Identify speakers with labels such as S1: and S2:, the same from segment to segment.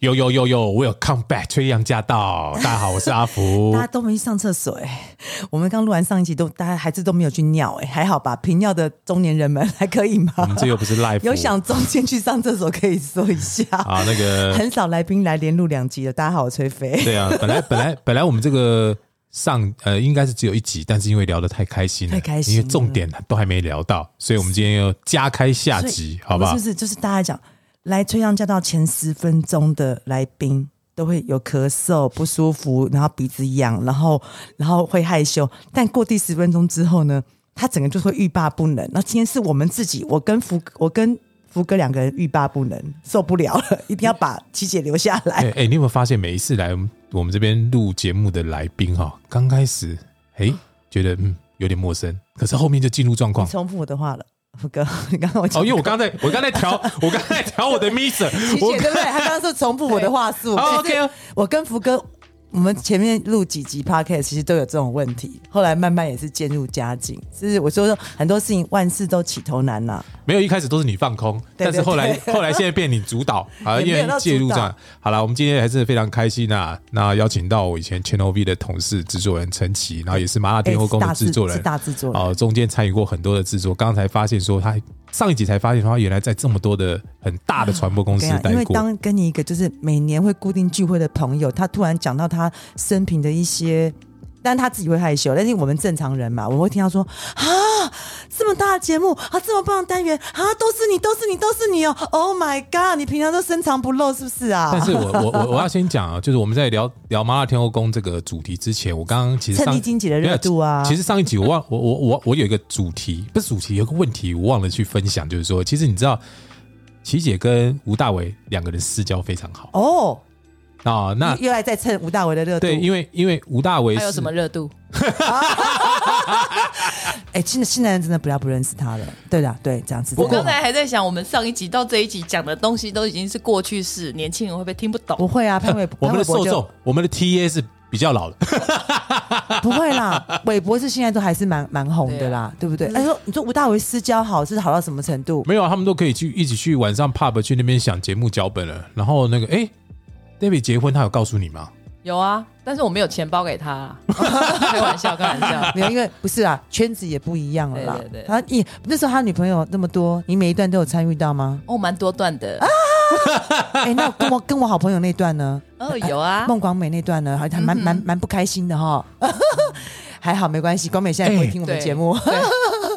S1: 有有有有，我有 come back，崔亮驾到！大家好，我是阿福
S2: 大。家都没去上厕所哎、 我们刚录完上一集都，大家孩子都没有去尿哎、还好吧？频尿的中年人们还可以吗？
S1: 我嗯们这 又不是 live，
S2: 有想中间去上厕所可以说一下。
S1: 啊那个
S2: 很少来宾来连录两集的。大家好，我崔飞。
S1: 对啊，本来本来本来我们这个上呃应该是只有一集，但是因为聊得太开心了，
S2: 太开心
S1: 因
S2: 了
S1: 为重点都还没聊到，所以我们今天要加开下集，好不好
S2: 是不？是就是大家讲来崔阳驾到前十分钟的来宾都会有咳嗽、不舒服，然后鼻子痒，然后然后会害羞，但过第十分钟之后呢，他整个就会欲罢不能。那今天是我们自己，我跟福我跟福哥两个人欲罢不能，受不了了，一定要把琪姐留下来。
S1: 哎、哎你有没有发现每一次来我们我们这边录节目的来宾哈、刚开始哎、觉得嗯有点陌生，可是后面就进入状况。
S2: 重复我的话了，福哥，你刚刚我讲
S1: 哦，因为我刚才我刚才调我刚才调我的 miser，
S2: 琪
S1: 我
S2: 姐对不对？他刚刚说重复我的话
S1: 对
S2: 术。其实
S1: 哦，OK 哦
S2: 我跟福哥，我们前面录几集 podcast，其实都有这种问题，后来慢慢也是渐入佳境。就是我说很多事情万事都起头难啊呐、
S1: 没有，一开始都是你放空，
S2: 对
S1: 但是后来
S2: 对 对
S1: 后来现在变你主 导啊，
S2: 也
S1: 因
S2: 没有
S1: 为
S2: 到
S1: 介入
S2: 主
S1: 这
S2: 导
S1: 样。好了，我们今天还是非常开心啊！那邀请到我以前 Channel V 的同事制作人陈琦，然后也是麻辣天后宫的制作人，
S2: 哎是大制作人
S1: 哦，中间参与过很多的制作。刚才发现说他上一集才发现说他原来在这么多的很大的传播公司
S2: 对啊，因
S1: 待
S2: 为
S1: 过。
S2: 当跟你一个就是每年会固定聚会的朋友，他突然讲到他生平的一些，但他自己会害羞，但是我们正常人嘛，我们会听到说啊，这么大的节目啊，这么棒的单元啊，都是你，都是你，都是你哦，Oh my god，你平常都深藏不露是不是啊？
S1: 但是我我我我要先讲啊，就是我们在聊聊麻辣天后宫这个主题之前，我刚刚其实
S2: 趁
S1: 上
S2: 丽晶姐的热度啊
S1: 没有其实上一集我忘我我我我有一个主题，不是主题，有个问题我忘了去分享，就是说，其实你知道，琪姐跟吴大维两个人私交非常好
S2: 哦，
S1: 啊、那
S2: 又来再蹭吴大维的热度，
S1: 对，因为因为吴大维
S3: 还有
S1: 是
S3: 什么热度？
S2: 哎，现在现在人真的不要不认识他了，对啦，对，这样子。
S3: 我刚才还在想，我们上一集到这一集讲的东西都已经是过去式，年轻人会不会听不
S2: 不
S3: 懂？
S2: 会啊，潘玮
S1: 我
S2: 潘
S1: 们的
S2: 玮柏
S1: 受
S2: 就
S1: 众，我们的 T A 是比较老的，
S2: 不会 啦，韦伯是现在都还是蛮蛮红的
S1: 啊
S2: 啦，对不对？哎，说你说吴大维私交好是好到什么 程度？
S1: 没有啊，他们都可以去一起去晚上 pub 去那边想节目脚本了，然后那个哎，David 结婚他有告诉你吗？
S3: 有啊，但是我没有钱包给他、啊， 开玩笑，开玩笑。
S2: 没有，因为不是啊，圈子也不一样了啦。
S3: 对对对？
S2: 他你那时候他女朋友那么多，你每一段都有参与到吗
S3: 哦，蛮多段的。
S2: 哎，那跟我跟我好朋友那段呢？
S3: 哦，有啊，
S2: 孟广美那段呢？还还
S1: 嗯
S2: 蛮蛮蛮不开心的哈。 还好没关系，广美现在不会
S1: 哎
S2: 听我
S3: 我
S2: 们节目。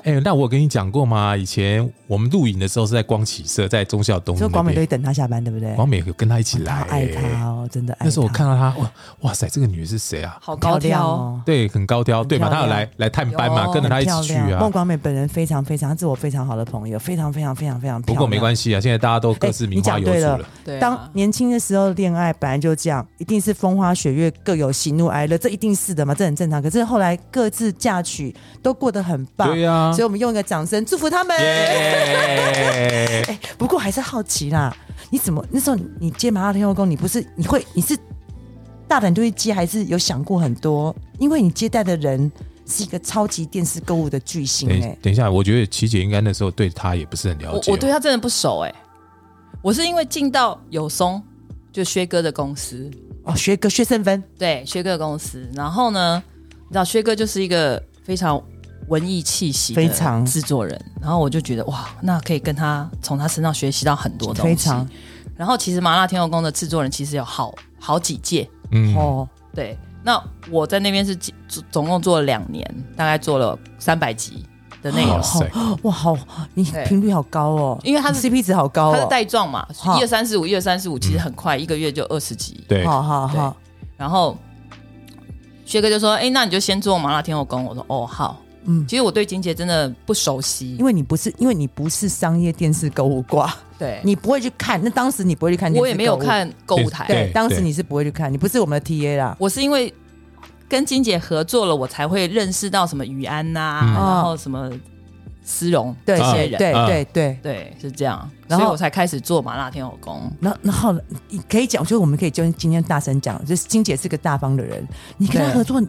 S1: 哎、那我有跟你讲过吗？以前我们录影的时候是在光启社，在忠孝东
S2: 所
S1: 路
S2: 以广
S1: 那
S2: 美都
S1: 边
S2: 会。等他下班，对不对？
S1: 王美有跟他一起
S2: 好
S1: 来、
S2: 爱
S1: 哎
S2: 他哦，真的爱他。
S1: 那时候我看到他，哇哇塞，这个女人是谁啊？
S3: 好高
S2: 高
S3: 挑
S2: 挑
S3: 哦。
S2: 哦，
S1: 对，很高挑，对嘛？
S2: 漂
S1: 他
S2: 亮哦
S1: 有来来探班嘛，
S3: 有
S1: 跟着他一
S2: 漂
S1: 起去
S2: 亮。
S1: 啊
S2: 孟。广美本人非常非常，她是我非常好的朋友，非常非常非常非常漂
S1: 不
S2: 亮。
S1: 过没
S2: 系，
S1: 关系啊，现在大家都各自名花有主
S2: 哎你
S1: 了。
S2: 讲对了
S3: 对啊
S2: 当年轻的时候恋爱本来就这样，一定是风花雪月，各有喜怒哀乐，这一定是的嘛，这很正常。可是后来各自嫁娶，都过得很棒，
S1: 对啊
S2: 所以我们用一个掌声祝福他们。
S1: 耶！
S2: 哎，不过还是好奇啦，你怎么那时候你接麻辣天后宫，你不是你会你是大胆就去接，还是有想过很多？因为你接待的人是一个超级电视购物的巨星哎、
S1: 等等一下，我觉得琪姐应该那时候对他也不是很了
S3: 我
S1: 解哦。
S3: 我对他真的不熟哎、我是因为进到有松，就薛哥的公司，
S2: 哦，学个薛胜芬。
S3: 对，薛哥的公司。然后呢，你知道薛哥就是一个非常文艺气息的
S2: 非常
S3: 制作人，然后我就觉得哇，那可以跟他从他身上学习到很多东
S2: 非
S3: 西。
S2: 常。
S3: 然后其实麻辣天后宫的制作人其实有好好几届，
S1: 嗯，
S2: 哦，
S3: 对。那我在那边是几总总共做了两年，大概做了三百集的内
S1: 哇
S3: 容。
S1: 塞，
S2: 哇，好，你
S3: 对
S2: 频率好高哦，
S3: 因为它是
S2: 你 CP 值好高
S3: 他是
S2: 哦，
S3: 带状嘛，
S2: 好嗯
S3: 一二三四五，一二三四五，其实很快，一个月就二十集。
S1: 对，
S2: 好好
S3: 对
S2: 好，
S3: 然后薛哥就说：“哎、那你就先做麻辣天后宫。”我说：“哦，好。”
S2: 嗯
S3: 嗯，其实我对金姐真的不熟悉，
S2: 因为你不是因为你不是商业电视购物挂，
S3: 对
S2: 你不会去看，那当时你不会去看，
S3: 嗯我也没有，看购物台，
S1: 对
S2: 对，当
S1: 对
S2: 时你是不会去看，你不是我们的 TA 啦，
S3: 我是因为跟金姐合作了，我才会认识到什么于安呐、
S1: 嗯
S3: 然后什么丝绒
S2: 对，
S3: 这些
S2: 对
S3: 人，
S2: 对
S1: 啊
S2: 对对。
S3: 对是这样，
S2: 然
S3: 然
S2: 后
S3: 后我才开始做麻辣天后宫。
S2: 然后，然后你可以讲，我觉得我们可以就今天大声讲，就是金姐是个大方的人，你跟她
S3: 对
S2: 合作，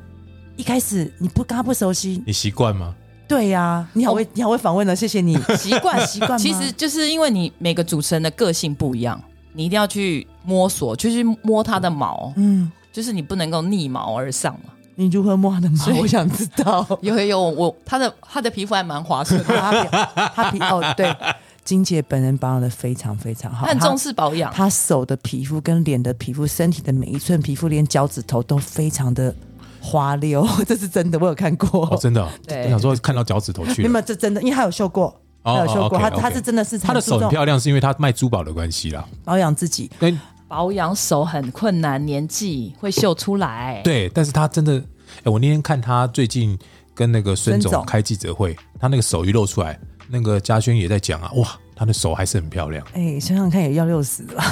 S2: 一开始你不跟她不熟悉，
S1: 你习惯吗？
S2: 对呀、你好会， 你好会访问哦，谢谢你，
S3: 习惯
S2: 习惯吗
S3: 其实就是因为你每个主持人的个性不一样，你一定要去摸索，就去摸它的毛，
S2: 嗯，
S3: 就是你不能够逆毛而上嘛。
S2: 你如何摸它的毛？我想知道。
S3: 有有有，我它的它的皮肤还蛮滑顺的，
S2: 他比他皮哦，对，金姐本人保养的非常非常 好，
S3: 它很重
S2: 视。
S3: 视保养。
S2: 她手的皮肤、跟脸的皮肤、身体的每一寸皮肤，连脚趾头都非常的滑溜， 这是真的，我有看过。
S1: 哦，真的、哦，
S3: 对
S1: 我想说看到脚趾头去
S2: 没
S1: 了。
S2: 有，这真的，因为她有秀过，她
S1: 哦
S2: 有秀过，
S1: 哦
S2: 她
S1: ，OK，OK
S2: 她是真的是
S1: 他的
S2: 很注
S1: 手很
S2: 重
S1: 漂亮，是因为他卖珠宝的关系啦。哎
S2: 保养自己，
S1: 跟
S3: 保养手很困难，年纪会秀出来。，
S1: 对，但是他真的，哎、我那天看他最近跟那个孙
S2: 孙
S1: 总
S2: 总
S1: 开记者会，他那个手一露出来，那个嘉轩也在讲啊，哇，他的手还是很漂亮，哎
S2: 哎，想想看也要六十了，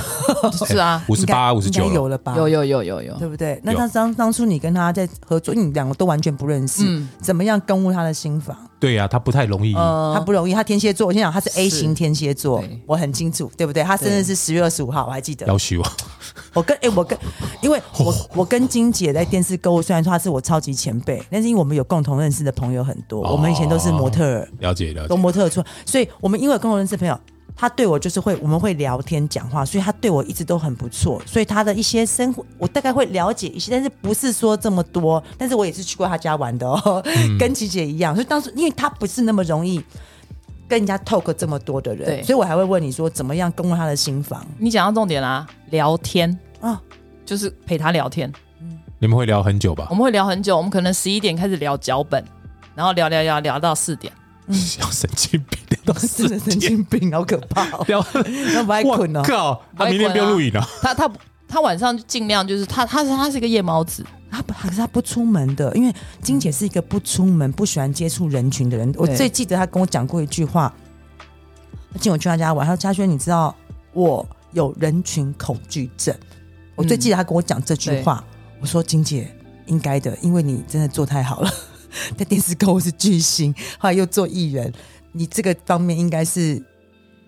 S3: 是啊，
S1: 五十八、
S2: 应
S1: 五
S2: 该
S1: 十九
S2: 应该有
S1: 了。
S2: 了吧？
S3: 有有有有有
S2: 对不对？那
S1: 有
S2: 他当当初你跟他在合作，因为你两个都完全不认识，
S3: 嗯
S2: 怎么样攻入他的心房？
S1: 对啊呀、他不太容易。
S2: 他不容易，他天蝎座，我先讲他是 A
S3: 呃是
S2: 型天蝎座
S3: 对，
S2: 我很清楚，对不对？他生日是十月二十五号，我还记得
S1: 要。求 啊，
S2: 我跟哎、我跟，因为我
S1: 哦
S2: 我跟金姐在电视购物，虽然说她是我超级前辈，但是因为我们有共同认识的朋友很多，
S1: 哦
S2: 我们以前都是模特儿，
S1: 了解了解
S2: 都。模特儿出来，所以我们因为有共同认识的朋友。他对我就是会，我们会聊天讲话，所以他对我一直都很不错。所以他的一些生活，我大概会了解一些，但是不是说这么多。但是我也是去过他家玩的哦，
S1: 嗯
S2: 跟琪姐一样。所以当时，因为他不是那么容易跟人家 talk 这么多的人，
S3: 对
S2: 所以我还会问你说怎么样攻入他的心房
S3: 你讲到重点啦、聊天
S2: 啊？
S3: 就是陪他聊天。
S1: 你们会聊很久吧
S3: 我？们会聊很久，我们可能十一点开始聊脚本，然后聊聊聊聊到四点。
S2: 嗯
S1: 要神经病，聊到
S2: 真的
S1: 四
S2: 神
S1: 点，！
S2: 经病，好可怕、哦
S1: 聊
S2: 那不爱
S1: 我
S2: 困哦。
S1: 靠，他明天不要录影了。
S3: 他他他晚上尽量就是他他是他是一个夜猫子，
S2: 他不，可是他不出门的，因为金
S3: 嗯
S2: 姐是一个不出门、不喜欢接触人群的人。我最记得她跟我讲过一句话，她请我去她家玩，她说：“嘉轩，你知道我有人群恐惧症。”我
S3: 嗯
S2: 最记得她跟我讲这句话，我说：“金姐，应该的，因为你真的做太好了， 在电视购物是巨星，后来又做艺人，你这个方面应该是，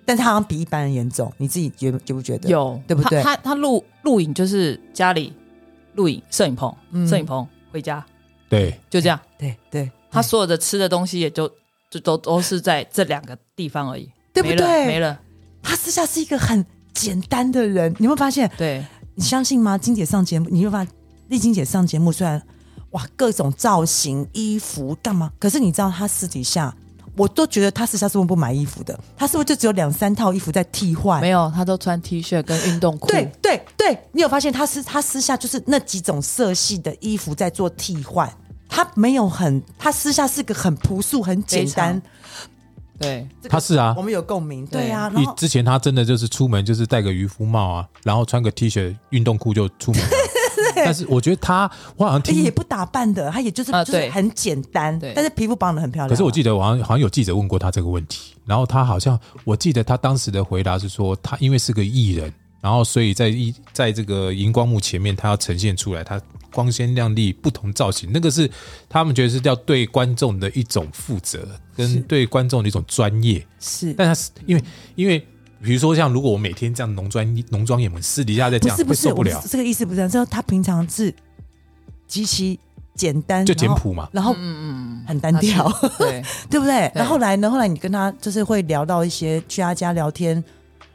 S2: 但是她好像比一般人严重，你自己觉觉不觉得？
S3: 有
S2: 对不对
S3: 他他他录录影就是家里录影摄影棚，
S2: 嗯哎
S3: 摄影棚回家
S1: 对，
S3: 就这样。
S2: 对对，
S3: 他所有的吃的东西也就就都都是在这两个地方而已，
S2: 对不
S3: 没了
S2: 对
S3: 没了，
S2: 他私下是一个很简单的人，你有没有发现？
S3: 对，
S2: 你相信吗？金姐上节目，你有没有发现丽晶姐上节目虽然哇各种造型、衣服干嘛，可是你知道她私底下，我都觉得她私下是不是不买衣服的？她是不是就只有两三套衣服在替换？
S3: 没有，他都穿 T 恤跟运动裤，
S2: 对对对，你有发现她私她私下就是那几种色系的衣服在做替换，她没有很，她私下是个很朴素、很简单。
S3: 对
S2: 这个
S1: 他是啊
S2: 我，们有共鸣，对啊。然
S1: 你
S2: 后
S1: 之前他真的就是出门就是戴个渔夫帽啊，然后穿个 T 恤、运动裤就出门 了。但是我觉得他，我好像
S2: 而且
S1: 听
S2: 也不打扮的，她也就是、
S3: 啊
S2: 就是
S3: 对
S2: 很简单
S3: 对，
S2: 但是皮肤保养的很漂亮啊。
S1: 可是我记得好像好像有记者问过他这个问题，然后他好像我记得他当时的回答是说，他因为是个艺人，然后所以在一在这个荧光幕前面，他要呈现出来，他光鲜亮丽，不同造型，那个是他们觉得是要对观众的一种负责，跟对观众的一种专业。
S2: 是
S1: 但他是因为因为比如说像如果我每天这样浓妆浓妆艳抹，私底下再这样
S2: 不是不是
S1: 会受不了
S2: 我，这个意思不是这样，是他平常是极其简单，
S1: 就简
S2: 然后，
S1: 朴嘛。
S2: 然后
S3: 嗯嗯，
S2: 很单调，
S3: 对，
S2: 对不对？
S3: 对
S2: 然后后来呢？后来你跟他就是会聊到一些去他家聊天，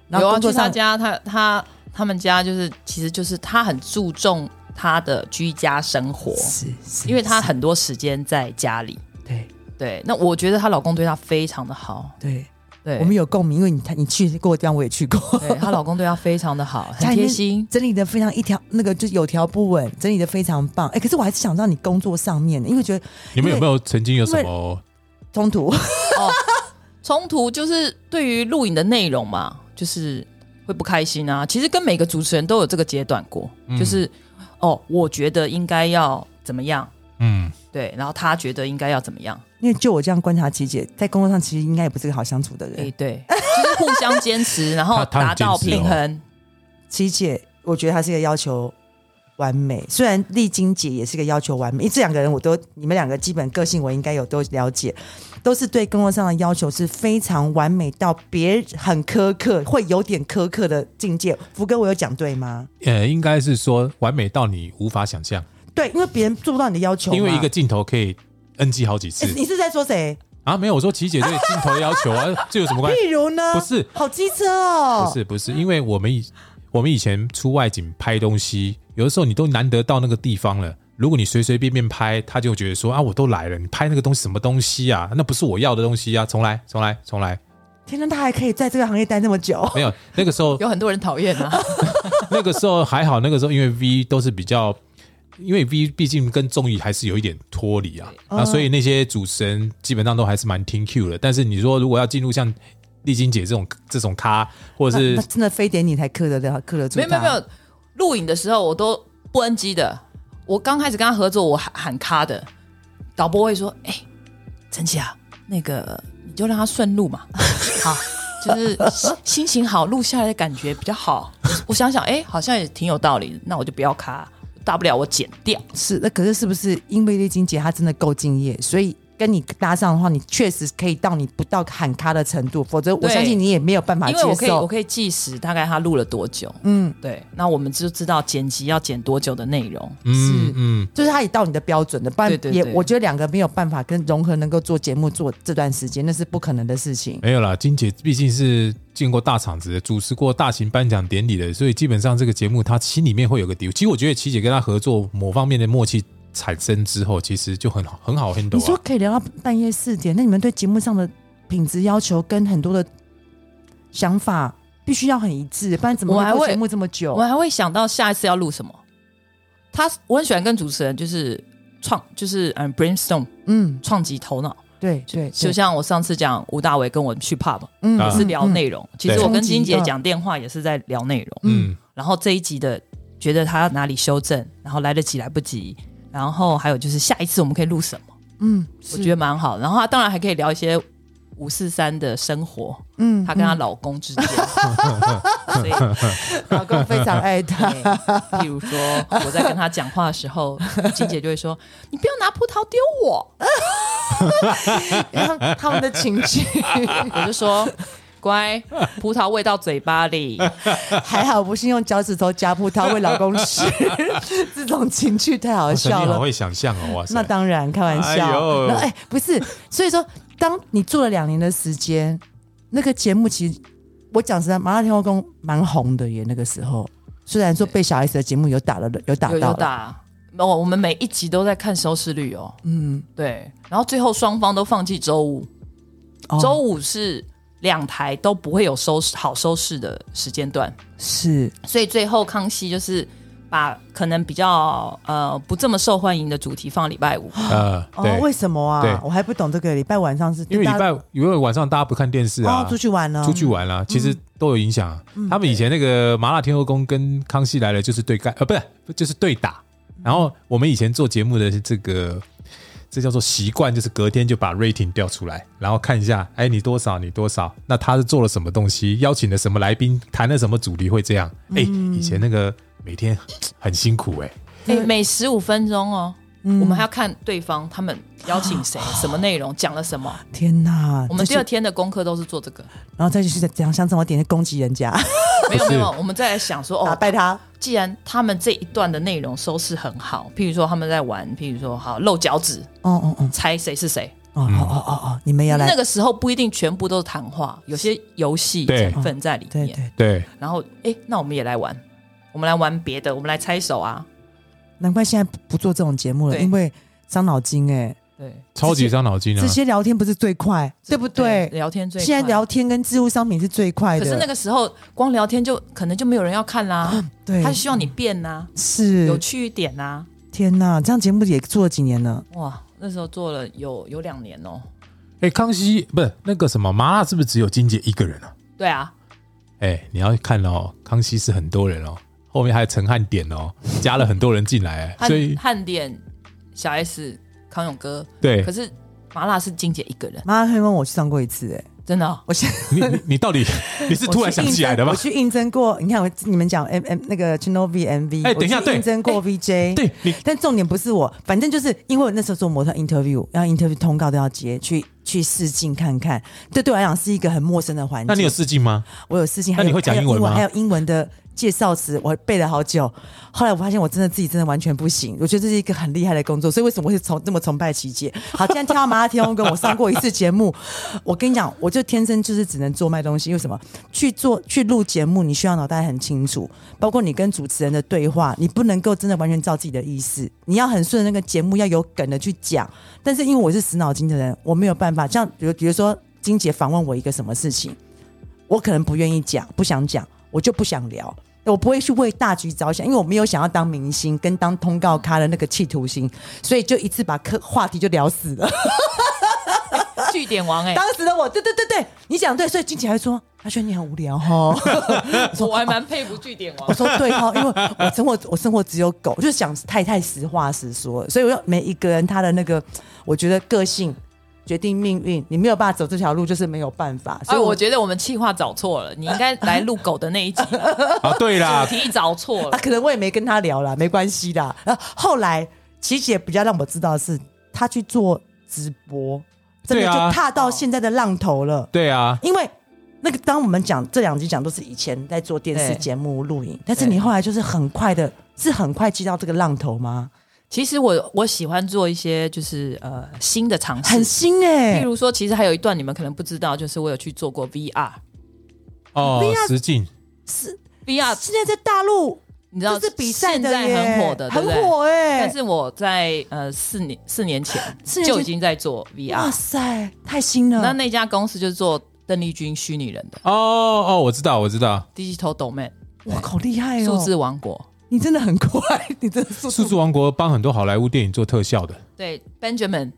S2: 然
S3: 有
S2: 后
S3: 啊，
S2: 工作
S3: 去他
S2: 上
S3: 家，他他他们家就是，其实就是他很注重他的居家生活，
S2: 是是
S3: 因为他
S2: 是
S3: 很多时间在家里。
S2: 对
S3: 对，那我觉得她老公对她非常的好，
S2: 对，
S3: 对，
S2: 我们有共鸣，因为你你去过的地方我也去过，
S3: 对 她老公对她非常的好，
S2: 家
S3: 很
S2: 里
S3: 贴
S2: 面
S3: 心。
S2: 整理的非常一条那个就有条不紊，整理的非常棒。哎，可是我还是想到你工作上面，因为觉得
S1: 你们有没有曾经有什
S2: 因为
S1: 么
S2: 冲突
S3: 哦，冲突就是对于录影的内容嘛，就是会不开心啊。其实跟每个主持人都有这个阶段过，
S2: 嗯
S3: 就是哦，我觉得应该要怎么样，
S1: 嗯？
S3: 对，然后他觉得应该要怎么样，
S2: 因为就我这样观察，琪姐在工作上其实应该也不是个好相处的人
S3: 哎、。对， 就是互相坚持，然后
S1: 他他
S3: 达
S1: 很坚
S3: 到
S1: 持哦
S3: 平衡。
S2: 琪姐，我觉得她是一个要求完美，虽然丽晶姐也是个要求完美，因为这两个人我都，你们两个基本个性我应该有都了解，都是对工作上的要求是非常完美到别很苛刻，会有点苛刻的境界。福哥，我有讲对吗？
S1: 呃，应该是说完美到你无法想象，
S2: 对，因为别人做不到你的要求嘛，
S1: 因为一个镜头可以 NG 好几次
S2: 诶你啊哎是在说谁？
S1: 啊。没有，我说琪姐对镜 头的要求啊，这有什么关系？
S2: 譬如呢？
S1: 不是
S2: 好机车哦，
S1: 不是不是，因为我们以我们以前出外景拍东西，有的时候你都难得到那个地方了，如果你随随便便拍，他就觉得说啊，我都来了，你拍那个东西什么东西啊？那不是我要的东西啊！重来，重来，重来。
S2: 天哪，他还可以在这个行业待那么久，
S1: 没有，那个时候
S3: 有很多人讨厌 啊，
S1: 那个时候还好，那个时候因为 V 都是比较，因为 V 毕竟跟综艺还是有一点脱离啊，那所以那些主持人基本上都还是蛮听 Q 的。但是你说如果要进入像丽晶姐这种这种咖，或者
S2: 那
S1: 是
S2: 那真的非得你才克得了，克得住
S3: 没
S2: 他。
S3: 有没有没有，录影的时候我都不 NG 的。我刚开始跟他合作，我喊喊咖的，导播会说：“哎、陈琦啊，那个你就让他顺路嘛， 好，就是心心情好，录下来的感觉比较好。”我想想，哎、好像也挺有道理，那我就不要咖，大不了我剪掉。
S2: 是，那可是是不是因为丽晶姐她真的够敬业，所以跟你搭上的话，你确实可以到你不到喊咖的程度，否则我
S3: 对
S2: 相信你也没有办法
S3: 因为我
S2: 接
S3: 可以，我
S2: 受。
S3: 可以计时大概他录了多久。嗯，对，那我们就知道剪辑要剪多久的内容。
S1: 嗯嗯，
S2: 就是她也到你的标准的，不然也
S3: 对对对
S2: 我觉得两个没有办法跟融合，能够做节目做这段时间，那是不可能的事情。
S1: 没有啦，金姐毕竟是进过大场子的，主持过大型颁奖典礼的，所以基本上这个节目她心里面会有个底。其实我觉得琪姐跟她合作某方面的默契产生之后，其实就很好很好
S2: 你
S1: handle
S2: 说
S1: 啊。
S2: 可以聊到半夜四点，那你们对节目上的品质要求跟很多的想法必须要很一致，不然怎么
S3: 我还
S2: 会做
S3: 会
S2: 节目这么久
S3: 我？还会想到下一次要录什么。他我很喜欢跟主持人就是创就是嗯 brainstorm
S2: 嗯，
S3: 创极头脑，
S2: 对对，
S3: 就像我上次讲吴大伟跟我去 pub
S2: 嗯
S1: 啊
S3: 也是聊
S2: 嗯嗯
S3: 内容，其实
S1: 对
S3: 我跟金姐
S2: 冲击嗯
S3: 讲电话也是在聊内容。
S1: 嗯，
S3: 然后这一集的觉得他哪里修正，然后来得及来不及，然后还有就是下一次我们可以录什么，
S2: 嗯，
S3: 我
S2: 是
S3: 觉得蛮好。然后他当然还可以聊一些五四三的生活，
S2: 嗯
S3: 她跟她老公 之间，所以
S2: 老公非常爱他。
S3: 对，譬如说我在跟他讲话的时候，金姐就会说：“你不要拿葡萄丢我。
S2: 他们的情 绪”
S3: 我就说：“乖，葡萄喂到嘴 巴里。
S2: 还好，不是用脚趾头夹葡萄喂老公吃，这种情绪太好
S1: 哇塞
S2: 笑
S1: 你好
S2: 了。
S1: 会想象哦，哇塞！
S2: 那当然，开玩笑。
S1: 哎呦
S2: 那哎、不是，所以说，当你做了两年的时间，那个节目其实我讲实在，《麻辣天后宫》蛮红的耶。那个时候，虽然说被小 S 的节目有打了，有打
S3: 有
S2: 到
S3: 有
S2: 了，
S3: 打，我我们每一集都在看收视率哦。嗯，对。然后最后双方都放弃周五，
S2: 哦
S3: 周五是两台都不会有收视好收视的时间段，
S2: 是
S3: 所以最后康熙就是。把可能比较呃不这么受欢迎的主题放礼拜五，
S1: 呃，
S2: 哦
S1: 对，，
S2: 为什么
S1: 对
S2: 啊？我还不懂这个。礼拜晚上是
S1: 因为礼
S2: 大家
S1: 拜因为晚上大家不看电视啊，
S2: 哦出去玩嗯了，
S1: 出去玩啦、啊其实都有影响、啊他们以前那个麻辣天后宫跟康熙来了就是对干，呃，不是就是对打。
S2: 嗯
S1: 然后我们以前做节目的这个，这叫做习惯，就是隔天就把 rating 调出来，然后看一下，哎，你多少，你多少，那他是做了什么东西，邀请了什么来宾，谈了什么主题，会这样。
S2: 嗯
S1: 哎，以前那个每天很辛苦哎、
S3: 哎、每十五分钟哦，
S2: 嗯
S3: 我们还要看对方他们邀请谁、什么内容、讲了什么。
S2: 天哪！
S3: 我
S2: 哦啊
S3: 们
S2: 这
S3: 第
S2: 是
S3: 二天的功课都是做这个，
S2: 然后再去想想怎么点攻击人家，
S3: 没有
S1: 不
S3: 没
S1: 是
S3: 有，我们再来想说
S2: 打
S3: 哦，
S2: 败他。
S3: 既然他们这一段的内容收视很好，譬如说他们在玩，譬如说好露脚趾，
S2: 哦哦
S1: 嗯
S2: 哦
S3: 猜谁是谁，
S2: 哦哦哦哦哦，你们要来
S3: 那个时候不一定全部都是谈话，有些游戏
S1: 对
S3: 成分在里
S2: 对
S3: 面。
S2: 对，
S1: 对，
S3: 然后哎、那我们也来玩，我们来玩别的，我们来猜手啊。
S2: 难怪现在不不做这种节目了，
S3: 对
S2: 因为伤脑筋哎、
S3: 对，
S1: 超级伤脑筋啊
S2: 这。些聊天不是最快，对不对？
S3: 聊天最快
S2: 现在聊天跟自物商品是最快
S3: 可
S2: 的，
S3: 是那个时候光聊天就可能就没有人要看啦，
S2: 对
S3: 他希望你变呐、有
S2: 是
S3: 趣一点呐、
S2: 天哪，这样节目也做了几年了，
S3: 哇，那时候做了有有两年哦。
S1: 哎，康熙不是那个什么麻辣，是不是只有金姐一个人啊？
S3: 对啊，
S1: 哎，你要看哦，康熙是很多人哦，后面还有陈汉典哦，加了很多人进来，哎所
S3: 汉
S1: 以
S3: 汉典、小 S、康永哥，
S1: 对
S3: 可是麻辣是金姐一个人，
S2: 妈黑问我去上过一次哎、
S3: 真 的哦、
S2: 我现
S1: 你你你到底你是
S2: 我
S1: 突然
S2: 去
S1: 想
S2: 应
S1: 起来
S2: 征
S1: 的吗
S2: 我？去应征过，你看我你们讲 M M 那个 Channel V M V，
S1: 哎等一下对
S2: 应征过 V J，
S1: 对你
S2: 但重点不是我，反正就是因为我那时候做模特 interview，要 interview 通告都要接，去去试镜看看。这对我来讲是一个很陌生的环境。
S1: 那你有试镜吗？
S2: 我有试镜，
S1: 那你会讲
S2: 还有
S1: 英文吗
S2: 还有英文还有英文的介绍词，我背了好久。后来我发现我真的自己真的完全不行，我觉得这是一个很厉害的工作，所以为什么会崇这么崇拜琪姐？好，今天听到麻辣天空跟我上过一次节目， 我跟你讲，我就天生就是只能做卖东西，因为什么？去做去录节目，你需要脑袋很清楚，包括你跟主持人的对话，你不能够真的完全照自己的意思，你要很顺着那个节目，要有梗的去讲。但是因为我是死脑筋的人，我没有办法。像比如比如说金姐访问我一个什么事情，我可能不愿意讲，不想讲，我就不想聊。我不会去为大局着想，因为我没有想要当明星跟当通告咖的那个企图心，所以就一次把课话题就聊死了。
S3: 据点王哎、
S2: 当时的我，对对对对，你讲对，所以金姐还说：“阿轩你很无聊哦。
S3: 我还 蛮佩服据点王
S2: 我。说对哦，因为我生活我生活只有狗，就是想太太实话实说，所以我要每一个人他的那个，我觉得个性决定命运，你没有办法走这条路，就是没有办法。所
S3: 哎，
S2: 以
S3: 我
S2: 我
S3: 觉得我们气话找错了，你应该来录狗的那一集，
S1: 啊，对啦，
S3: 题找错
S2: 啊，
S3: 了。
S2: 可能我也没跟他聊啦，没关系啦。然后后来琪姐比较让我知道的是，她去做直播，真的
S1: 对
S2: 就
S1: 啊
S2: 踏到现在的浪头了。
S1: 对啊，
S2: 因为那个，当我们讲这两集讲都是以前在做电视
S3: 对
S2: 节目录影，但是
S3: 对
S2: 你后来就是很快的，是很快接到这个浪头吗？
S3: 其实我我喜欢做一些就是呃新的尝
S2: 很
S3: 试，
S2: 新哎、
S3: 譬如说，其实还有一段你们可能不知道，就是我有去做过 VR。
S1: 哦，实境
S3: VR
S2: 现在在大陆
S3: 你知道
S2: 这是比赛
S3: 现
S2: 的
S3: 在
S2: 耶
S3: 很火的，对
S2: 很
S3: 不对？
S2: 火哎、
S3: 但是我在呃四年四年前
S2: 四年前
S3: 就已经在做
S2: 哇
S3: VR，
S2: 塞，太新
S3: 那
S2: 了！
S3: 那家公司就是做邓丽君虚拟人的
S1: 哦哦，我知道，我知道，
S3: Digital Domain
S2: 哇，好厉害
S3: 数
S2: 哦！
S3: 字王国。
S2: 你真的很快， 你真的速
S1: 数字王国帮很多好莱坞电影做特效的
S3: 对，Benjamin、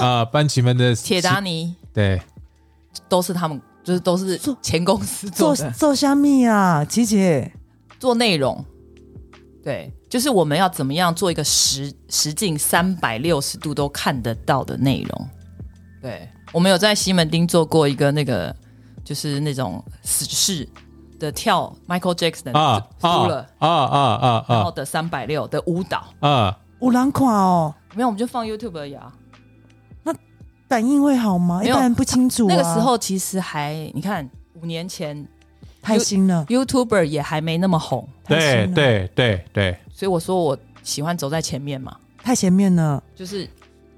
S1: 啊，班奇们的
S3: 铁达尼
S1: 对，
S3: 都是他们，就是都是前公司做
S2: 做
S3: 的，
S2: 做虾米啊，琪姐，
S3: 做内容。对，就是我们要怎么样做一个实实境三百六十度都看得到的内容。对，我们有在西门町做过一个那个，就是那种死士的跳 Michael Jackson
S1: 啊
S3: 输
S1: 啊
S3: 了，
S1: 啊啊
S3: 然
S1: 啊
S3: 后的三百六的舞蹈，
S1: 啊啊！
S2: 五郎款哦，
S3: 没有我们就放 YouTube 而已啊。
S2: 反应会好吗？
S3: 没
S2: 一
S3: 有
S2: 般人不清楚、啊。
S3: 那个时候其实还你看五年前
S2: 太新了，
S3: YouTuber 也还没那么红，
S1: 对对对对，
S3: 所以我说我喜欢走在前面嘛，
S2: 太前面了。
S3: 就是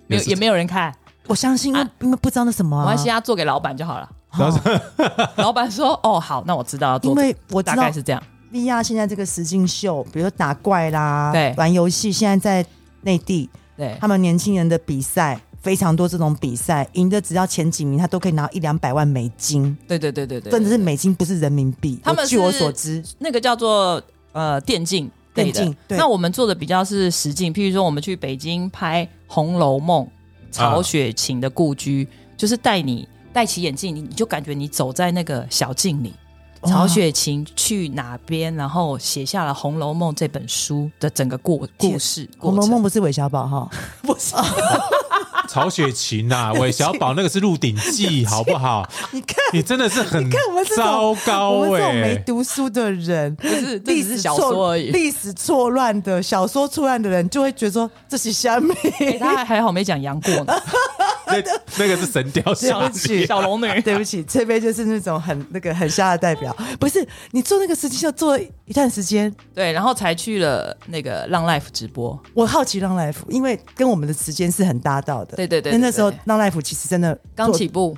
S3: 没有
S1: 也是
S3: 也没有人看，
S2: 我相信，因为
S3: 啊
S2: 因为不知道那什么
S3: 我
S2: 啊
S3: 还，先要做给老板就好了。
S1: 然后
S3: 老板说：“哦，好，那我知道要做
S2: 因
S3: 这个。”
S2: 为我知
S3: 大
S2: 道
S3: 概是这样。
S2: VR 现在这个实境秀，比如说打怪啦，
S3: 对
S2: 玩游戏，现在在内地，
S3: 对，
S2: 他们年轻人的比赛非常多，这种比赛赢的只要前几名，他都可以拿一两百万美金，
S3: 对对对对对，
S2: 甚至是美金，不是人民币。
S3: 他们
S2: 我据我
S3: 是
S2: 所知，
S3: 那个叫做呃电竞类
S2: 电
S3: 的。
S2: 竞对
S3: 那我们做的比较是实境，譬如说我们去北京拍《红楼梦》，曹雪芹的故居，
S2: 哦
S3: 就是带你戴起眼镜，你你就感觉你走在那个小径里。
S2: 哇
S3: 曹雪芹去哪边，然后写下了《红楼梦》这本书的整个过故事
S2: 《
S3: 过
S2: 红楼梦
S3: 程。》
S2: 不是韦小宝 哈，不是，
S1: 曹雪芹 呐，韦小宝那个是《鹿鼎记》，好不好？
S2: 你看。
S1: 你真的是很
S2: 看我们这
S1: 糟
S2: 种啊我
S1: 糕
S2: 们这种没
S1: 哎！
S2: 读书的人，不
S3: 是这只是小说而已
S2: 历史错乱的小说错乱的人，就会觉得说这是虾 米。
S3: 哎他还好没讲杨过呢，
S1: 那那个是《神雕侠侣》
S3: 小龙女。
S2: 对不起，这边就是那种很那个很瞎的代表。不是你做那个实际秀做了一段时间，
S3: 对，然后才去了那个浪 life 直播。
S2: 我好奇浪 life，因为跟我们的时间是很搭到的。
S3: 对对对
S2: 那
S3: 对
S2: 那时候
S3: 对
S2: 浪 life 其实真的
S3: 刚
S2: 做
S3: 起步，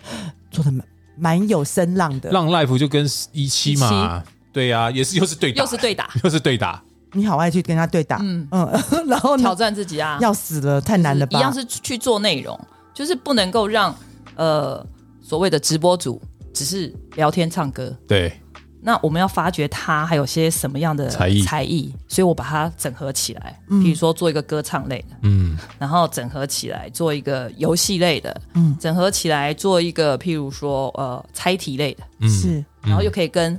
S2: 做的蛮蛮有声浪的。
S1: 让 Life 就跟一期嘛，对呀，也是又是对打，
S3: 又是对打，
S1: 又是对打，
S2: 你好爱去跟他对打，嗯嗯， 然后呢
S3: 挑战自己啊，
S2: 要死了，太难了吧？
S3: 一样是去做内容，就是不能够让呃所谓的直播主只是聊天唱歌。
S1: 对
S3: 那我们要发掘他还有些什么样的
S1: 才艺
S3: 才艺，所以我把它整合起来，
S2: 嗯
S3: 比如说做一个歌唱类的，
S1: 嗯，
S3: 然后整合起来做一个游戏类的，
S2: 嗯
S3: 整合起来做一个譬如说呃猜题类的，
S1: 嗯
S2: 是
S3: 然后又可以跟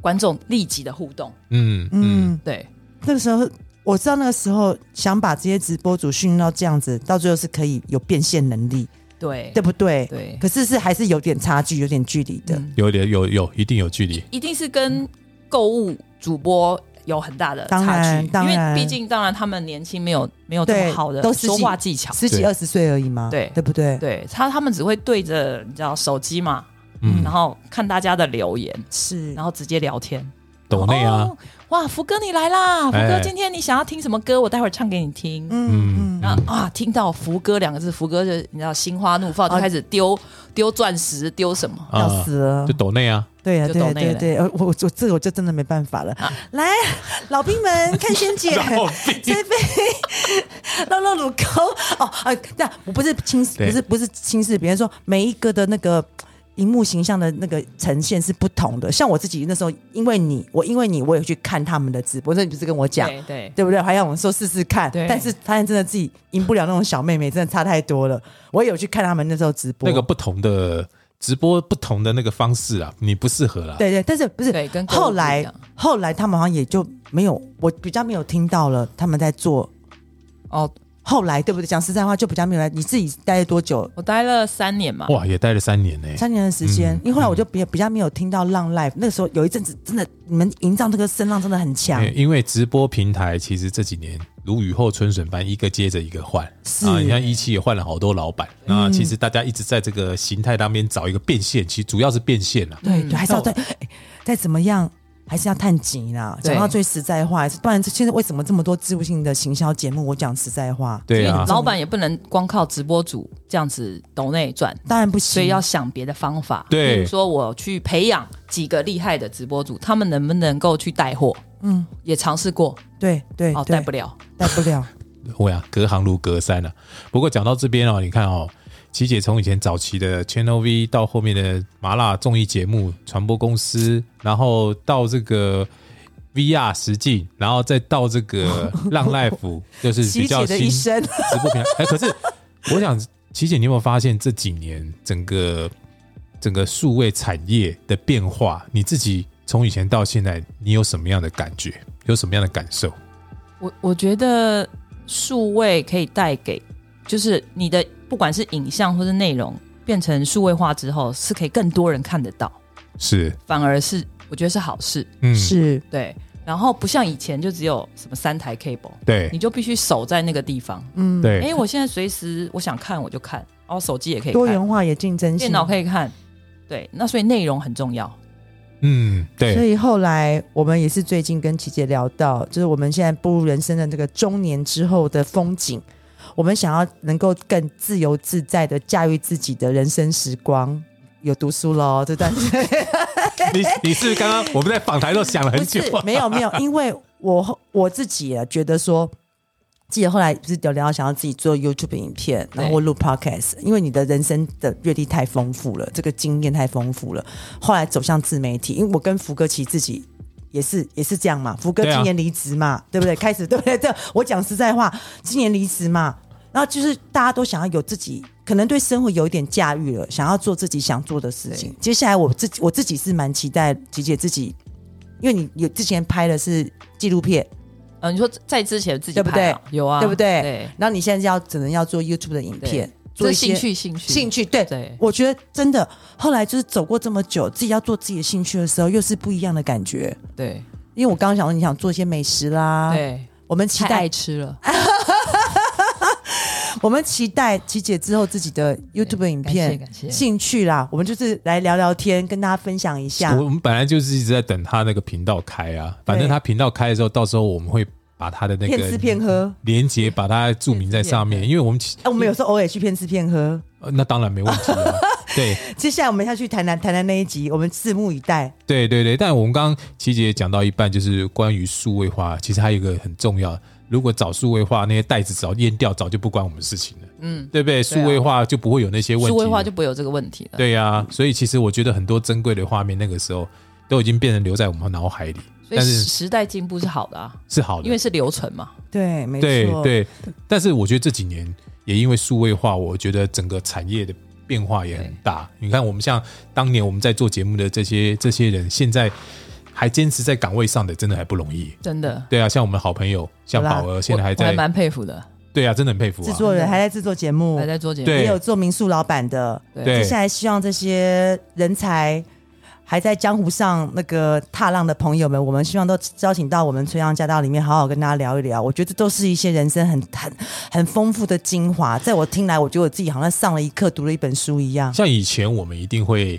S3: 观众立即的互动，
S1: 嗯嗯
S2: 嗯，
S3: 对，
S2: 那个时候我知道那个时候想把这些直播主训练到这样子，到最后是可以有变现能力，
S3: 对，
S2: 对不对？
S3: 对
S2: 可是是还是有点差距，有点距离的。
S3: 嗯
S1: 有点有有一定有距离，
S3: 一定是跟购物主播有很大的
S2: 当
S3: 差
S2: 然
S3: 距，
S2: 当
S3: 因
S2: 然
S3: 为毕竟当然他们年轻没有没有这
S2: 对
S3: 么好的
S2: 都十几
S3: 说话技巧，
S2: 十几
S1: 对
S2: 二十岁而已嘛，
S3: 对
S2: 对不对？
S3: 对他他们只会对着你知道手机嘛，
S1: 嗯
S3: 然后看大家的留言，
S2: 是
S3: 然后直接聊天，
S1: 抖内啊，
S3: 哦哇，福哥你来啦！福哥，
S1: 哎
S3: 今天你想要听什么歌？我待会儿唱给你听。
S2: 嗯嗯，
S3: 然后啊，听到“福哥”两个字，福哥就你知道心花怒
S2: 哦
S3: 放，就开始丢丢钻石，丢什么？
S2: 要
S1: 啊
S2: 死了
S1: 就，抖内啊，
S2: 对呀、
S3: 就
S2: 对、
S3: 抖
S2: 啊、
S3: 内
S2: 对、
S3: 了啊
S2: 啊、对、啊，我我我这个我就真的没办法了。来，老兵 们看萱姐 这杯肉肉乳沟哦，呃，那我不是轻视，
S1: 对
S2: 不是不是轻视别人说每一个的那个。荧幕形象的那个呈现是不同的，像我自己那时候，因为你，我因为你，我也去看他们的直播，那你不是跟我讲，
S3: 对对，
S2: 对不对？还要我们说试试看，
S3: 对
S2: 但是发现真的自己赢不了那种小妹妹，真的差太多了。我也有去看他们那时候直播，
S1: 那个不同的直播不同的那个方式啊，你不适合啦。
S2: 对对，但是不是
S3: 对跟购物
S2: 后
S3: 不一
S2: 来
S3: 样
S2: 后来他们好像也就没有，我比较没有听到了他们在做。
S3: 哦，
S2: 后来对不对？讲实在话，就比较没有来。你自己待了多久？
S3: 我待了三年嘛，
S1: 哇，也待了三年呢、
S2: 三年的时间，
S1: 嗯
S2: 因为后来我就比比较没有听到浪 life。那个时候有一阵子，真的你们营造这个声浪真的很强
S1: 因为，因为直播平台其实这几年如雨后春笋般，一个接着一个换。
S2: 是嗯
S1: 啊，你看一期也换了好多老板，那其实大家一直在这个形态当边找一个变现，其实主要是变现啊。
S2: 对
S3: 嗯
S2: 对，还是要再哎再怎么样，还是要探紧啦。
S3: 对
S2: 讲到最实在话，不然现在为什么这么多自入性的行销节目？我讲实在话，
S1: 对啊，
S3: 老板也不能光靠直播主这样子抖内赚，
S2: 当然不行，
S3: 所以要想别的方法。
S1: 对
S3: 比如说我去培养几个厉害的直播主，他们能不能够去带货？
S2: 嗯，
S3: 也尝试过，
S2: 对对
S3: 哦，
S2: 对
S3: 带不了。
S2: 带不了，
S1: 会啊，隔行如隔山啊。不过讲到这边哦，你看哦，琪姐从以前早期的 Channel V 到后面的麻辣综艺节目传播公司，然后到这个 VR 实境，然后再到这个 浪 life，就是
S2: 琪
S1: 比较
S2: 姐的
S1: 新
S2: 一
S1: 直
S2: 生。
S1: 播平台。哎，可是我想，琪姐，你有没有发现这几年整个整个数位产业的变化？你自己从以前到现在，你有什么样的感觉？有什么样的感受？
S3: 我我觉得数位可以带给，就是你的不管是影像或是内容变成数位化之后，是可以更多人看得到，
S1: 是，
S3: 反而是我觉得是好事。
S1: 嗯，，
S2: 是
S3: 对，然后不像以前就只有什么三台 cable，你
S1: 对，
S3: 就必须守在那个地方。
S2: 嗯
S1: 对，
S3: 哎、我现在随时我想看我就看，然后手机也可以
S2: 多
S3: 看，
S2: 元化也竞争性，
S3: 电脑可以看，对，那所以内容很重要。
S1: 嗯，
S2: 所
S1: 对，
S2: 以后来我们也是最近跟琪姐聊到，就是我们现在步入人生的这个中年之后的风景，我们想要能够更自由自在的驾驭自己的人生时光。有读书喽，这段时间
S1: 你你是不是刚刚我们在访谈都想了 很
S2: 哎不
S1: 久啊
S2: 是，没有没有，因为我我自己也觉得说，记得后来不是有聊到想要自己做 YouTube 影片，然后录 Podcast，因为你的人生的阅历太丰富了，这个经验太丰富了，后来走向自媒体，因为我跟福哥其实自己。也是也是这样嘛，福哥
S1: 对啊
S2: 今年离职嘛，对不对？开始对 不对？对，我讲实在话，今年离职嘛，然后就是大家都想要有自己，可能对生活有一点驾驭了，想要做自己想做的事情。接下来我自己我自己是蛮期待琪姐自己，因为你有之前拍的是纪录片，
S3: 嗯、你说在之前自己
S2: 对不
S3: 拍、啊、有啊，
S2: 对不对？
S3: 对，
S2: 然后你现在要只能要做 YouTube 的影片，做
S3: 这
S2: 一
S3: 是兴
S2: 些
S3: 趣兴趣
S2: 兴趣，对。
S3: 对。
S2: 我觉得真的，后来就是走过这么久，自己要做自己的兴趣的时候，又是不一样的感觉。
S3: 对
S2: 因为我刚刚想说，你想做一些美食啦，
S3: 对，
S2: 我们啊期
S3: 太
S2: 待啊
S3: 爱吃了。
S2: 我们期待琪姐之后自己的 YouTube 影片
S3: 感谢感谢
S2: 兴趣啦，我们就是来聊聊天，跟大家分享一下
S1: 我。我们本来就是一直在等他那个频道开啊，反正他频道开的时候，到时候我们会把他的那
S2: 骗
S1: 个
S2: 吃骗喝，
S1: 连接把它注明在上面，因为我们其
S2: 哎、我们有时候偶尔去骗吃骗喝。
S1: 呃那当然没问题 啊。对
S2: 接下来我们要去台南，台南那一集，我们拭目以待。
S1: 对对对，但我们刚刚琪姐讲到一半，就是关于数位化，其实还有一个很重要，如果早数位化，那些袋子早淹掉，早就不关我们事情了，嗯，对不对？数位化就不会有那些问题了，
S3: 啊数位化就不会有这个问题了。
S1: 对呀、所以其实我觉得很多珍贵的画面，那个时候都已经变成留在我们脑海里，
S3: 所以
S1: 但
S3: 时
S1: 是
S3: 时代进步是好的啊，
S1: 是好的，
S3: 因为是留存嘛。
S2: 对，没
S1: 对
S2: 错，，
S1: 对。但是我觉得这几年也因为数位化，我觉得整个产业的变化也很大。你看，我们像当年我们在做节目的这些这些人，现在还坚持在岗位上的，真的还不容易。
S3: 真的，
S1: 对啊，像我们好朋友，像
S2: 有啦
S1: 宝儿，现在
S3: 我
S1: 还
S3: 我
S1: 在，
S3: 还蛮佩服的，
S1: 对啊，真的很佩服
S2: 制
S1: 啊。
S2: 作人还在制作节目
S3: 还，在做节目。
S1: 对
S2: 也有做民宿老板的。
S3: 对
S1: 对
S2: 接下来希望这些人才还在江湖上那个踏浪的朋友们，我们希望都邀请到我们《春阳驾到》里面，好好跟大家聊一聊。我觉得这都是一些人生很很很丰富的精华。在我听来，我觉得我自己好像上了一课，读了一本书一样。
S1: 像以前我们一定会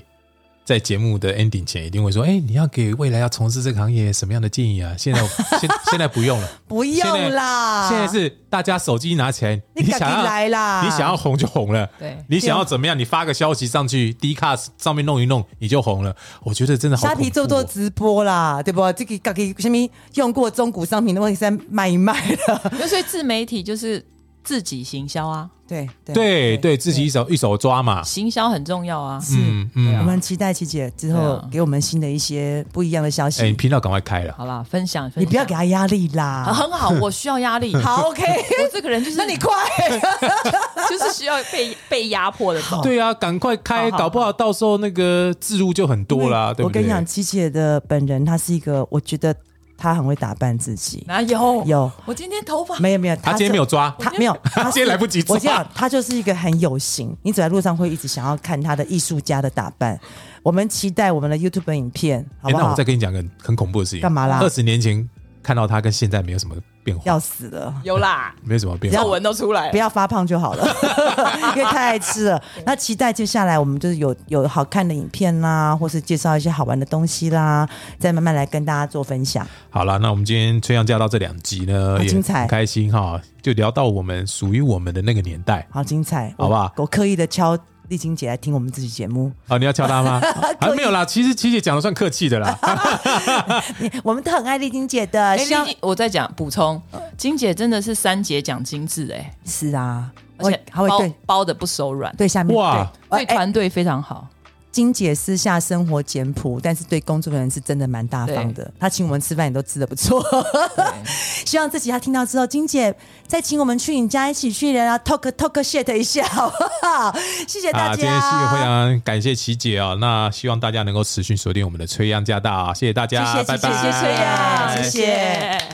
S1: 在节目的 ending 前一定会说：“哎、你要给未来要从事这个行业什么样的建议啊？”现在我现现在不用 了，
S2: 不用啦，
S1: 现在是大家手机拿起来，
S2: 啊你
S1: 你
S2: 赶
S1: 想
S2: 紧
S1: 要
S2: 来啊啦
S1: 你想要红就红了，
S3: 对
S1: 你想要怎么样，你发个消息上去 d c a s 上面弄一弄，你就红了。我觉得真的好
S2: 虾
S1: 恐怖哦、
S2: 皮做做直播啦，对不？这个搞给什么用过中古商品的问题在卖一卖了，
S3: 因为所以自媒体就是自己行销啊，
S2: 对
S1: 对对，自己一手一手抓嘛，
S3: 行销很重要啊。
S2: 是
S1: 嗯嗯，
S2: 我们期待琪姐之
S3: 对
S2: 后
S3: 啊
S2: 给我们新的一些不一样的消
S1: 哎、你
S2: 息，
S1: 频道赶快开了，
S3: 好啦，分享，分享
S2: 你不要给她压力
S3: 啊
S2: 啦。
S3: 很 好，我需要压力。
S2: 好，OK，
S3: 我这个人就是
S2: 那你快，
S3: 就是需要被被压迫的种。
S1: 对啊，赶快开，
S3: 好好
S1: 搞不好到时候那个字入就很多啦，对
S2: 我
S1: 不对？
S2: 跟你讲，琪姐的本人她是一个，我觉得她很会打扮自己。
S3: 哪有？
S2: 有
S3: 我今天头发
S2: 没有没有，
S1: 他
S2: 她
S1: 今天
S2: 就
S1: 没有抓，
S2: 他没有，
S1: 他 今天来不及抓
S2: 我这样，他就是一个很有型，你走在路上会一直想要看他的艺术家的打扮。我们期待我们的 YouTube 影片，好
S1: 哎，
S2: 不
S1: 那
S2: 好
S1: 我再？跟你讲个很恐怖的事情。
S2: 干嘛啦
S1: 二十年前看到他跟现在没有什么变化，
S2: 要死了！
S3: 有啦，
S1: 没有什么变
S3: 皱
S1: 化。
S3: 纹都出来
S2: 不
S3: 了。
S2: 要发胖就好了， 因为太爱吃了。那期待接下来我们就是有有好看的影片啦，或是介绍一些好玩的东西啦，再慢慢来跟大家做分享。
S1: 好了，那我们今天崔阳驾到这两集呢，
S2: 好
S1: 也
S2: 精彩
S1: 很开心哈，就聊到我们属于我们的那个年代
S2: 好精彩，
S1: 好不好
S2: 我我刻意的敲丽晶姐来听我们自己节目，
S1: 啊。你要敲他 吗？啊，没有啦，其实琪姐讲的算客气的啦。
S2: 哎我们都很爱丽晶姐的，
S3: 哎，丽
S2: 希望
S3: 丽我再讲补充，金姐真的是三节讲精致哎，
S2: 是啊，
S3: 而
S2: 我
S3: 且
S2: 还会
S3: 包
S2: 对
S3: 包的不手软，
S2: 对下面
S1: 哇
S2: 对
S3: 对
S2: 哎
S3: 团队非常好。
S2: 金姐私下生活简朴，但是对工作人员是真的蛮大方的。她请我们吃饭也都吃的不 错。希望这集她听到之后，金姐再请我们去你家一起去聊聊 talk talk shit 一下，好不好？谢谢
S1: 啊，
S2: 大
S1: 今天
S2: 家。
S1: 是非常感谢琪姐啊，那希望大家能够持续锁定我们的崔阳驾到啊，谢谢大家，
S2: 谢谢
S1: 拜
S2: 琪姐
S1: 拜，
S2: 谢谢崔阳谢谢
S3: 哎谢谢。